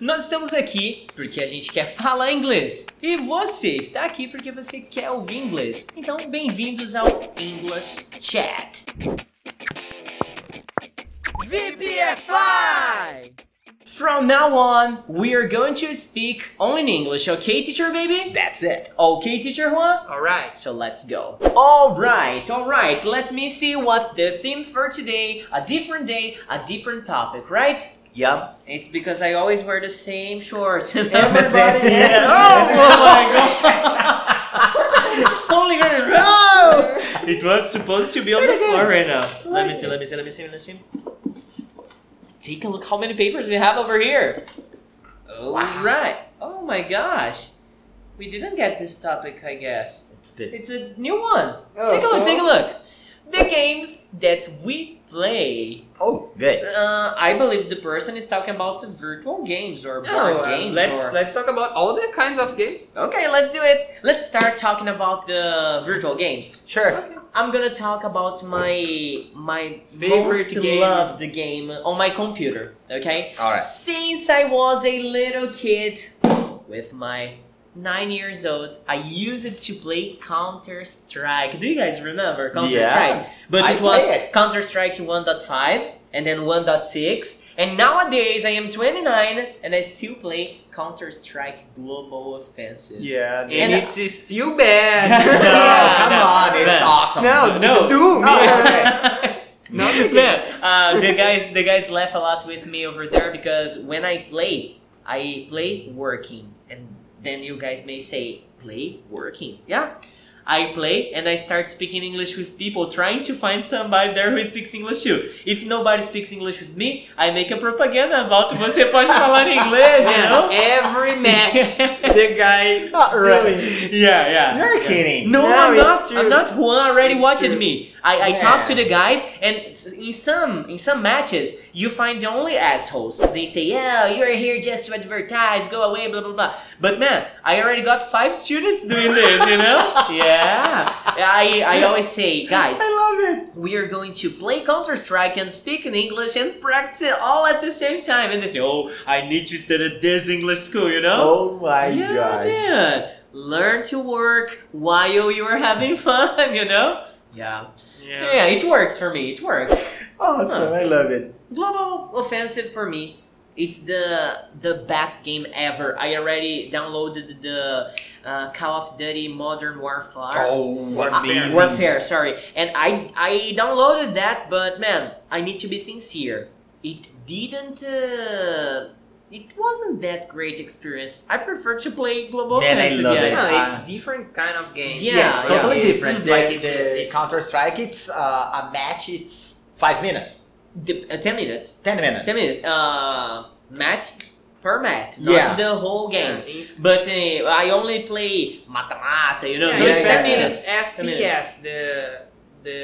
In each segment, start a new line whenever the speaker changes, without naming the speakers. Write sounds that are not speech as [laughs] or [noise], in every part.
Nós estamos aqui porque a gente quer falar inglês. E você está aqui porque você quer ouvir inglês. Então, bem-vindos ao English Chat.
VPFI!
From now on, we are going to speak only in English, okay, teacher baby? That's it. Okay, teacher Juan?
Alright.
So let's go. Alright, alright, let me see what's the theme for today. A different day, a different topic, right?
Yup.
It's because I always wear the same shorts. [laughs]
Everybody- [laughs] Oh
[laughs] Holy crap! No! It was supposed to be on the floor right now. Let me see, let me see, let me see, let me see. Take a look how many papers we have over here. All right. Oh my gosh. We didn't get this topic, I guess.
It's the-
It's a new one.
Oh,
take a look,
so-
take a look. The games that we play.
Oh, good.
Uh, I believe the person is talking about virtual games or
Oh,
board
uh,
games.
let's
or...
let's talk about all the kinds of games.
Okay, let's do it. Let's start talking about the virtual games.
Sure.
I'm gonna talk about my my
Favorite
most
game.
loved game on my computer. Okay,
All right.
since I was a little kid, with my nine years old, I used to play Counter Strike. Do you guys remember Counter Strike? But
I
it was
play it.
Counter Strike 1.5 and then 1.6. And nowadays I am 29 and I still play Counter Strike Global Offensive.
Yeah. [laughs]
Yeah.
And, [laughs]
And-
it's still bad. [laughs]
No, come
No,
on, it's
no.
awesome.
no,
No.
do
No, no, no.
[laughs]
[laughs]
No,
no, uh, the guys, the guys laugh a lot with me over there because when I play, I play working, and then you guys may say play working, yeah. I play and I start speaking English with people, trying to find somebody there who speaks English too. If nobody speaks English with me, I make a propaganda about você pode falar inglês, you
Man,
know? [laughs]
every match the guy
Not really.
yeah, yeah.
You're kidding.
No,
No,
I'm
it's
not.
true.
I'm not. Juan already
It's
watching
true.
me. I, I
Yeah.
talk to the guys, and s- in some in some matches, you find the only assholes. They say, "Yeah, you're here just to advertise. Go away." Blah blah blah. But man, I already got five students doing this. You know?
[laughs]
yeah. I I always say, guys,
I love it.
we are going to play Counter Strike and speak in English and practice it all at the same time. And they say, "Oh, I need to study this English school." You know?
Oh my
yeah,
gosh.
dude. Learn to work while you are having [laughs] fun, you know? Yeah. Yeah, it works for me. It works.
Awesome, I love it.
Global Offensive for me. It's the the best game ever. I already downloaded the uh, Call of Duty Modern Warfare.
Oh,
Ah, Warfare, sorry. And I I downloaded that, but man, I need to be sincere. It didn't. Uh, it wasn't that great experience. I prefer to play Global
Man, I
Offensive.
love
yeah.
it.
No,
Ah.
it's different kind of game.
Yeah,
Yeah, it's
yeah.
totally
It-
different. The,
like,
the
it's-
Counter Strike, it's uh, a match. It's five minutes,
The, uh, 10 minutes.
ten minutes.
10 minutes. Uh, match per match,
Yeah.
not the whole game.
Yeah, if-
But uh, I only play mata mata, you know,
Yeah,
so
yeah,
it's
yeah,
10
yeah.
minutes.
FPS,
10 minutes.
the the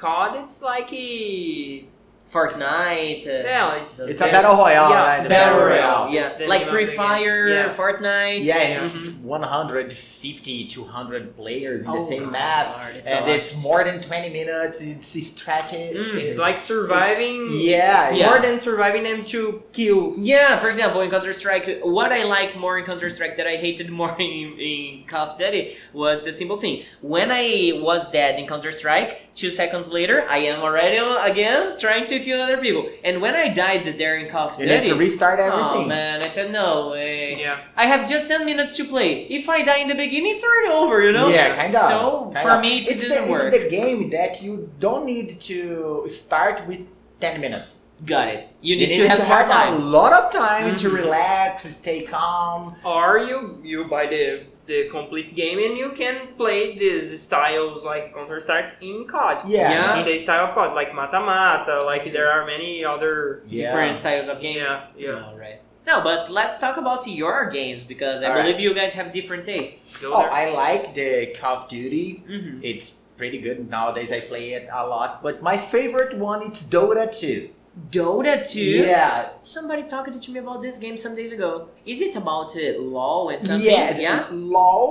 COD, it's like a
Fortnite. Uh,
yeah, it's
It's
It's a battle royale,
Yeah,
right?
it's
The
battle royale.
Yeah,
It's the
like
name of
Free
the game.
Fire,
Yeah.
Fortnite.
Yeah,
Mm-hmm.
and it's
Mhm.
150, 200 players in the
Oh,
same map.
Lord, it's
and
a lot.
it's more than 20 minutes. It's stretchy.
Mm,
[laughs]
it's like surviving.
yeah,
it's
yes.
more than surviving and to kill.
Yeah, for example, in Counter Strike, what I like more in Counter Strike that I hated [laughs] more in, in Call of Duty was the simple thing. When I was dead in Counter Strike, two seconds later, I am already on- again trying to kill other people. And when I died there in Call of
You
Duty,
need to restart
oh
everything.
man, I said no way.
Yeah,
I have just 10 minutes to play. If I die in the beginning, it's already over, you know?
Yeah, kind of.
So, for me, it
it's the,
didn't work.
It's the game that you don't need to start with 10 minutes.
Got it. You
You
need to have more
a
time.
lot of time to
Mhm.
relax, stay calm.
or you you buy the the complete game and you can play these styles like Counter Strike in COD.
Yeah.
Yeah.
In the style of COD, like mata mata, like there are many other.
Yeah.
Different styles of game.
Yeah, yeah.
All right. No, but let's talk about your games because I
All right.
believe you guys have different tastes.
Go
Oh,
there.
I like the Call of Duty.
Mm-hmm.
It's pretty good nowadays. I play it a lot. But my favorite one it's Dota 2.
Dota 2.
Yeah,
Somebody talked to me about this game some days ago. Is it about uh, LOL and something?
Yeah, the LOL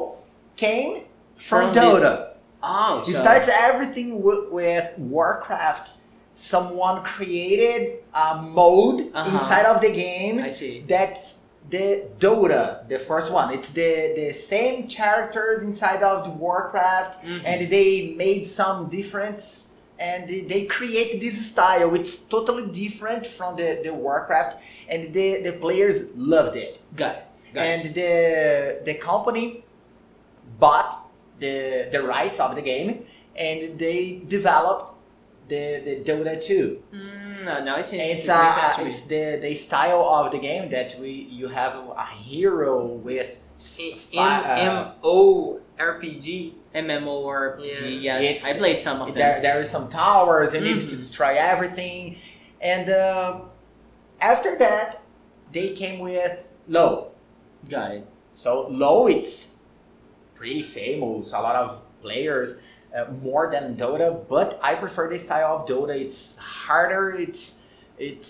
came
From
from,
this-
Dota.
Oh,
It
so-
starts everything wi- with Warcraft. Someone created a mode
Uh-huh.
inside of the game
I see.
that's the Dota, the first one. It's the the same characters inside of the Warcraft,
Mm-hmm.
and they made some difference. And they- they create this style. It's totally different from the, the Warcraft, and the, the players loved it.
Got it. Got
and the the company bought the the rights of the game, and they developed the the Dota two.
Mm, no, now it's
It's
it makes sense
uh,
to me.
it's the, the style of the game that we you have a hero with s- fi- uh,
MMORPG.
MMORPG.
Yeah.
Yes,
It's-
I played some of
there
them.
there is some towers and you need to
Mhm.
destroy everything, and uh, after that they came with low.
Got it.
So low it's pretty famous, a lot of players uh, more than Dota, but I prefer this style of Dota. It's harder. It's it's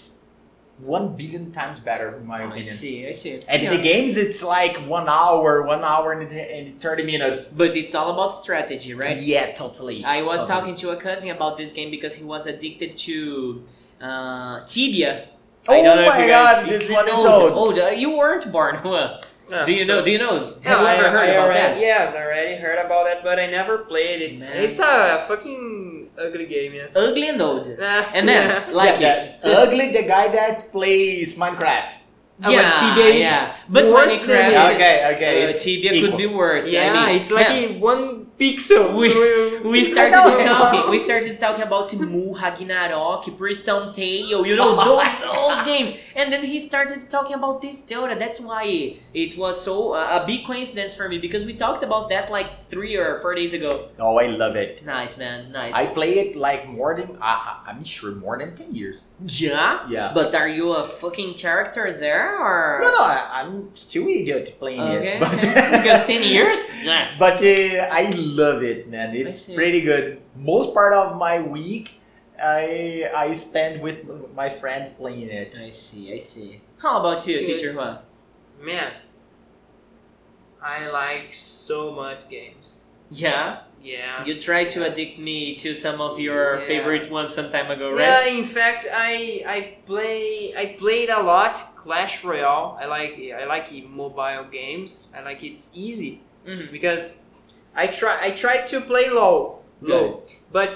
one billion times better in my
I
opinion.
see. I see.
And
Yeah.
the games, it's like one hour, one hour and, and 30 minutes.
But it's all about strategy, right?
Yeah, totally.
I was
Okay.
talking to a cousin about this game because he was addicted to uh, Tibia.
oh
I don't know
my
if you guys,
god, this
it's
one is old.
old. uh, you weren't born. [laughs] huh?
Yeah,
do you
so-
know? Do you know? Have
No,
you
I,
ever heard
I
about
already,
that?
Yes, I already heard about it, but I never played it.
Man.
It's a fucking ugly game, yeah.
Ugly and old.
Ah,
And then,
[laughs] yeah.
like
Yeah,
it.
the- ugly, the guy that plays
[laughs]
Minecraft.
Ah, but
yeah,
Tibia is
yeah. But
worse than
Minecraft,
it.
Okay, okay.
uh,
it's
Tibia could
equal.
be worse.
yeah,
I mean,
it's like
man,
in one pixel.
We-
[laughs]
we started
No.
talking. We started talking about Mu, Ragnarok, Priston Tale. You know
[laughs]
those old games. And then he started talking about this Dota. That's why it was so uh, a big coincidence for me because we talked about that like three or four days ago.
Oh, I love it.
Nice man, nice.
I play it like more than I, I- I'm sure more than ten years.
yeah.
Yeah.
But are you a fucking character there or?
No, no, I, I'm still idiot playing
Okay.
it. But
[laughs] because ten
[laughs]
years. Yeah.
But uh, I love it, man. It's
see.
pretty good. Most part of my week, I I spend with my friends playing it.
I see. I see. How about you,
Good.
teacher Juan?
Man, I like so much games.
Yeah.
Yeah.
You tried to addict me to some of your
Yeah.
favorite ones some time ago, right?
Yeah, in fact, I I play I played a lot Clash Royale. I like I like mobile games. I like it's easy
Mhm.
because I try I tried to play low
Good.
low, but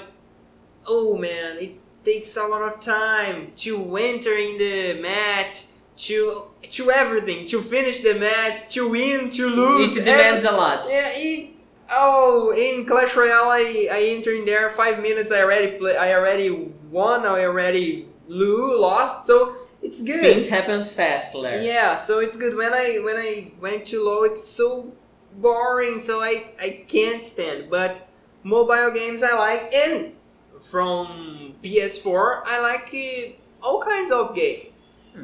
oh man, it takes a lot of time to enter in the match. To, to everything, to finish the match, to win, to lose.
It demands a lot.
Yeah, he, oh, in Clash Royale, I, I enter in there five minutes. I already play. I already won. I already lo- lost. So it's good.
Things happen fast, Larry.
yeah, so it's good. When I when I went too low, it's so boring. So I I can't stand. But mobile games I like, and from PS4 I like uh, all kinds of game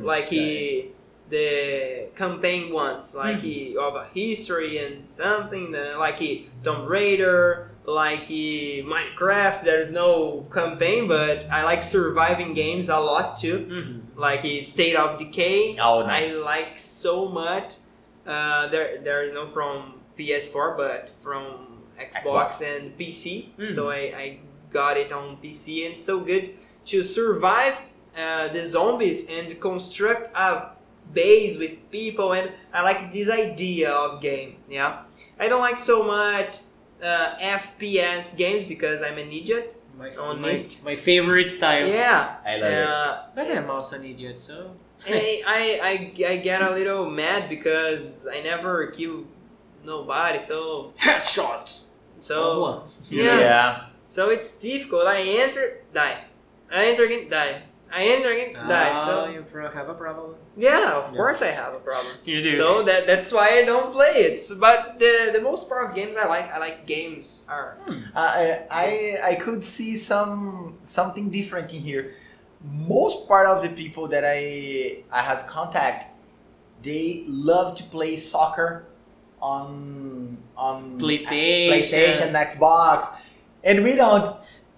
like he, the campaign ones, like he, of a history and something, then like he, Tomb Raider, like he, Minecraft. There's no campaign, but I like surviving games a lot too.
Mhm.
Like he, State of Decay,
Oh,
I
nice.
like so much. Uh, there there is no from PS4, but from Xbox, and PC.
Hmm.
Mhm.
So I, I got it on PC, and it's so good to survive uh, the zombies and construct a base with people. And I like this idea of game. Yeah, I don't like so much uh, FPS games because I'm an idiot.
My,
On
my,
it.
my favorite style.
Yeah,
I love it.
uh,
But I'm also an idiot, so. [laughs]
I, I, I, I get a little mad because I never kill nobody, so
Headshot!
so
Juan.
yeah. so it's difficult. I enter die, I enter again die, I enter again die.
Ah,
So
you pro- have a problem.
yeah, of
Yeah.
course I have a problem.
You
So that that's why I don't play it. So- But the the most part of games I like I like games are
I, I I could see some something different in here. Most part of the people that I I have contact, they love to play soccer on on
PlayStation.
PlayStation, Xbox, and we don't.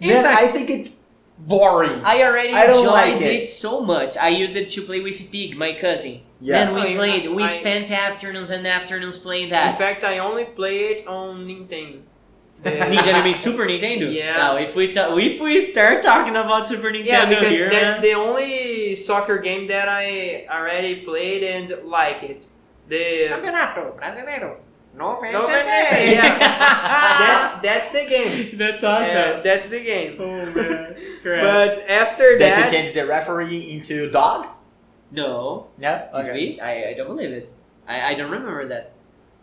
In
Man,
fact-
I think it's boring.
I already
I don't
enjoyed
like
it.
it.
so much. I used it to play with Pig, my cousin.
yeah,
Then
Oh,
we
yeah.
played. We
I-
spent afternoons and afternoons playing
in
that. [laughs]
fact I only play it on Nintendo.
Nintendo means Super Nintendo.
Yeah.
Now, if we ta- if we start talking about Super Nintendo
yeah, because
here,
that's the only soccer game that I already played and like it. The
Campeonato Brasileiro. No [laughs]
yeah, that's that's the game.
that's
Yeah,
awesome.
that's the game.
Oh man, crap.
But after
That you
that,
change the referee into dog?
no,
Yeah.
did we? I, I don't believe it. I, I don't remember that.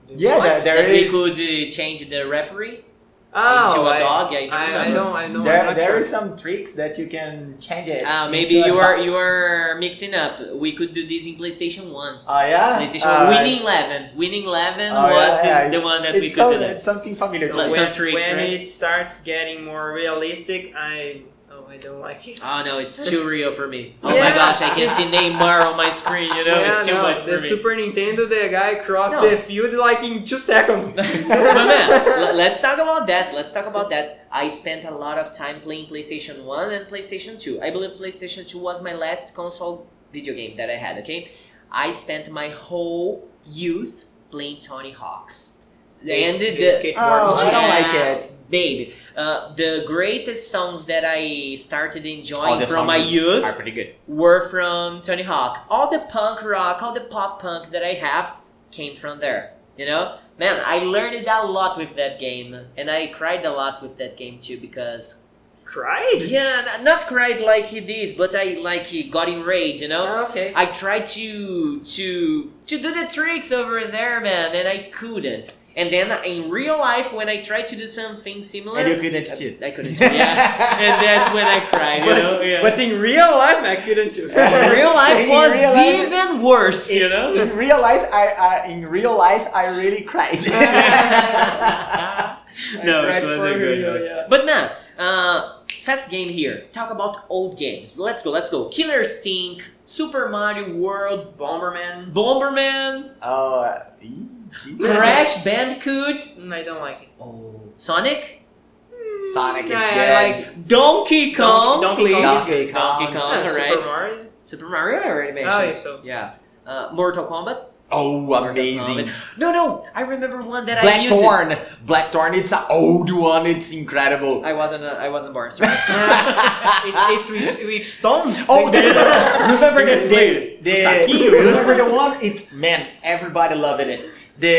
Yeah, there, there
that we
is.
could uh, change the referee
oh,
into a
I,
dog. I don't
I, I
remember.
know, I know. I'm
There,
not
there
sure.
is some tricks that you can change it.
Ah,
into
maybe
a
you are
dog.
you are mixing up. We could do this in PlayStation One.
Oh yeah.
PlayStation 1.
Uh,
Winning Eleven. Winning Eleven
oh,
was
yeah,
the,
yeah,
the
it's-
one that
it's
we could
some-
do. That.
It's something familiar to
Like
me.
some
when,
tricks,
when
right?
it starts getting more realistic, I oh I don't like it. [laughs]
Oh no, it's too real for me. Oh my
Yeah.
gosh, I can see Neymar on my screen. You know,
yeah,
it's too
no,
much
the
for me.
Super Nintendo, the guy crossed
No.
the field like in two
[laughs]
seconds.
[laughs]
[laughs]
but man, l- let's talk about that. Let's talk about that. I spent a lot of time playing PlayStation 1 and PlayStation 2. I believe PlayStation 2 was my last console video game that I had, okay? I spent my whole youth playing Tony Hawk's. And
They-
the-
they skateboard.
Oh, I don't
Yeah,
like it.
Babe, uh, the greatest songs that I started
All
enjoying
the
from my
songs
youth
Are pretty
[laughs]
good.
were from Tony Hawk. All the punk rock, all the pop punk that I have came from there. You know? Man, I learned a lot with that game. And I cried a lot with that game too because.
Cried?
Yeah, n- not cried like he did, but I like he got enraged, you know?
Okay.
I tried to to to do the tricks over there, man, and I couldn't. And then in real life, when I tried to do something similar,
And you couldn't cheat.
I, I couldn't. [laughs]
[laughs]
Yeah, and that's when I cried. You
but,
know? Yeah.
but in real life, I couldn't do.
In [laughs] real life
In
was
real life-
even worse, you [laughs] know?
[laughs] In real life, I uh, in real life I really cried.
[laughs]
[laughs]
no,
cried
it was
for
a good
real,
one.
yeah.
But now, uh, fast game here. Talk about old games. Let's go, let's go. Killer Stink, Super Mario World,
Bomberman.
Bomberman,
[laughs]
oh, uh, ee, Jesus.
Crash Bandicoot,
Mm, I don't like it.
oh, Sonic,
Sonic is
Yeah, I
dead.
Donkey Kong,
Donkey
please.
Kong.
Donkey Kong.
Donkey Kong,
Yeah,
all right.
Super Mario.
Super Mario I already mentioned.
Oh, yeah, so.
Yeah. Uh, Mortal Kombat.
Oh, amazing.
No, no, I remember one that I used. it.
Blackthorn. Blackthorn. It's an old one. It's incredible.
I wasn't. Uh, I wasn't born. Sorry.
[laughs]
[laughs]
It's, it's with, with stones.
Oh,
Like
the, [laughs]
that.
remember this
Wait,
dude?
Saquinho.
The, remember the one? It man, everybody loving it. The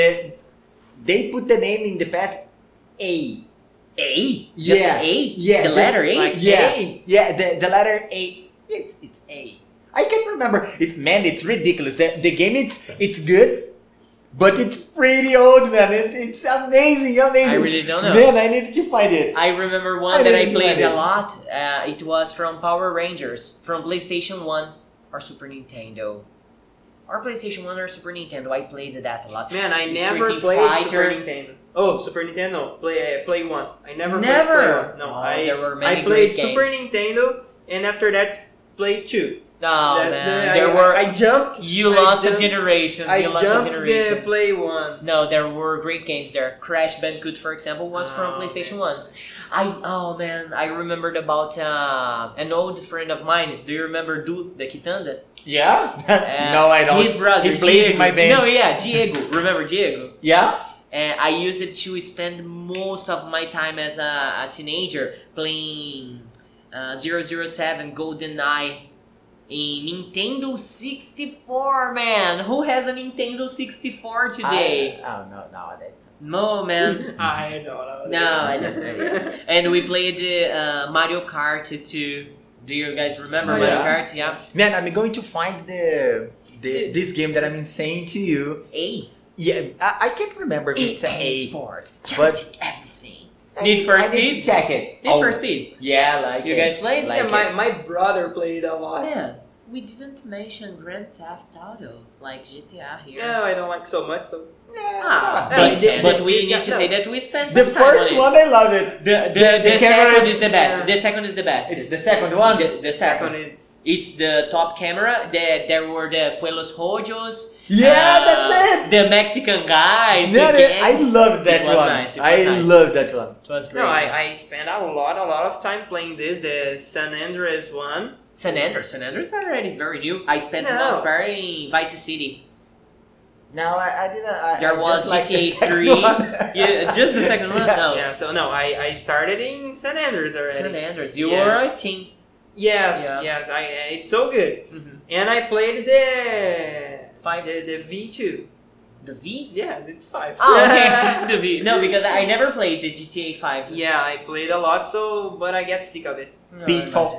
they put the name in the past A.
A? Just
Yeah.
an A?
Yeah,
The
just
letter A?
like-
yeah,
A.
yeah. The, the letter A. It's it's A. I can't remember. It man, it's ridiculous. The, the game it's it's good, but it's pretty old, man. It, it's amazing, amazing.
I really don't know.
Man, I need to find it.
I remember one
I
that I
didn't
played
like
a
it.
lot. Uh, it was from Power Rangers, from PlayStation 1 or Super Nintendo. Or PlayStation 1 or Super Nintendo. I played that a lot.
Man, I
Street
never played Super
Fighter.
Nintendo. Oh, Super Nintendo. Play uh, Play One. I never.
Never?
Played play one. No,
Oh,
I.
there were
I
many
played
great
Super
games.
Nintendo, and after that, played two.
Oh,
That's
man.
the,
there
I,
were.
I, jumped.
you
I
lost
jumped-
the generation.
I
you lost
jumped
the
the
generation.
play one.
no, there were great games there. Crash Bandicoot, for example, was from
Oh,
PlayStation
man.
1. I Oh, man. I remembered about uh, an old friend of mine. Do you remember Du the Kitanda?
yeah. [laughs]
Uh,
no, I don't.
His brother.
He plays
Diego.
in my band.
No, yeah, Diego. Remember Diego?
Yeah.
And I used it to spend most of my time as a, a teenager playing uh, 007 Golden Eye in Nintendo 64, man. Who has a Nintendo 64 today?
I, oh no, nowadays.
No, man.
[laughs] I
Oh,
don't know.
No, I don't know. and we played uh, Mario Kart too. Do you guys remember
Oh,
Mario
yeah.
Kart? Yeah.
Man, I'm going to find the, the this game that I'm saying to you.
A.
Yeah, I, I can't remember if it's an A.
Sports.
but-
Challenge everything.
I
Need for
I need
Speed?
to check it.
Need
oh,
for Speed.
Yeah, like
You
it.
guys
[laughs]
played?
Like
yeah, my, my brother played a lot.
Man, we didn't mention Grand Theft Auto, like GTA here.
No, Oh, I don't like so much. So
Ah, but,
Yeah, but the-
but
the-
we
the-
need to
no.
say that we spent
the
some time
first
on it.
one, I love it.
The, the,
the- the
the
camera
second
is-
is the best.
yeah.
The second is the best.
It's the second one.
The, the
second,
second.
it's
It's the top camera. The, there were the Quelos Hojos.
yeah,
uh,
that's it.
The Mexican guys.
Yeah,
the
that- I
gangs.
love that
It was
one.
nice, it was
I
nice.
love that one.
It was great.
no. I, I spent a lot a lot of time playing this the San Andreas one.
San Andres. San Andres is already very new. I spent the
No.
most part in Vice City.
Now I, I didn't. I,
There
I
was
just like the
GTA
second
3.
one.
Yeah, just the second
[laughs]
one. No,
Yeah, so no, I, I started in San Andreas already.
Oh. San Andreas. You
Yes.
were a teen.
Yes,
Yeah.
yes, I it's so good.
Mhm.
And I played the
Five.
the, the V two.
The V.
Yeah, it's five.
Oh,
[laughs]
okay. [laughs] the V. No, because I never played the GTA Five.
yeah, I played a lot, so but I get sick of it.
Pitfall.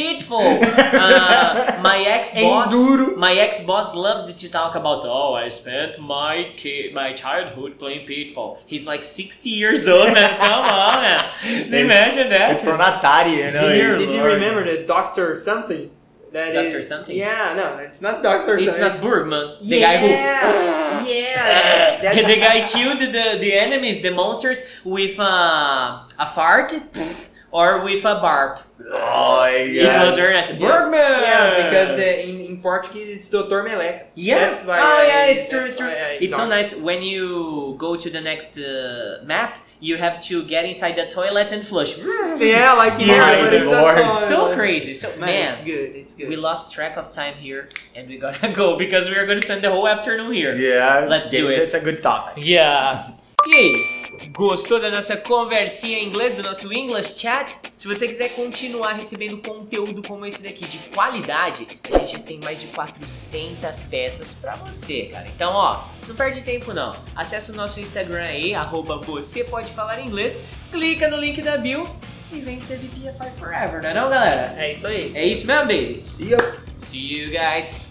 Beatful. Uh, my ex
[laughs]
boss.
Enduro.
My ex boss loved to talk about. Oh, I spent my ki- my childhood playing Pitfall. He's like sixty years old,
[laughs]
man. Come on, man.
It-
Imagine that.
It's from Atari, you know.
Dear
it's-
Did you
Lord.
remember the doctor something? That is-
Dr. something?
Yeah, no, it's not doctor.
It's
something.
not Bergman. The
yeah,
guy who [laughs]
yeah,
Uh,
that's-
[laughs] the
[laughs]
guy killed the, the enemies, the monsters, with uh, a fart or with a barb.
Oh,
It
yeah.
was very nice.
Yeah.
Bergman!
Yeah, because the in, in Portuguese it's Dr. Meleca.
Yeah.
That's why
oh,
I-
yeah, it's true,
that's
it's true.
why I
It's so
don't-
nice when you go to the next uh, map, you have to get inside the toilet and flush.
Mm. [laughs] Yeah, like in
My
Harry, but it's
lord.
not-
So crazy. So,
Man, it's
man,
good. It's good.
we lost track of time here and we gotta [laughs] go because we are gonna spend the whole afternoon here.
Yeah.
Let's do
games,
it.
It's a good topic.
Yeah. E aí? Gostou da nossa conversinha em inglês, do nosso English Chat? Se você quiser continuar recebendo conteúdo como esse daqui de qualidade, a gente tem mais de 400 peças pra você, cara. Então, ó, não perde tempo não. Acesse o nosso Instagram aí, arroba você pode falar inglês, clica no link da bio e vem ser VPFI Forever, não é não, galera?
É isso aí.
É isso mesmo, baby?
See ya.
See you guys!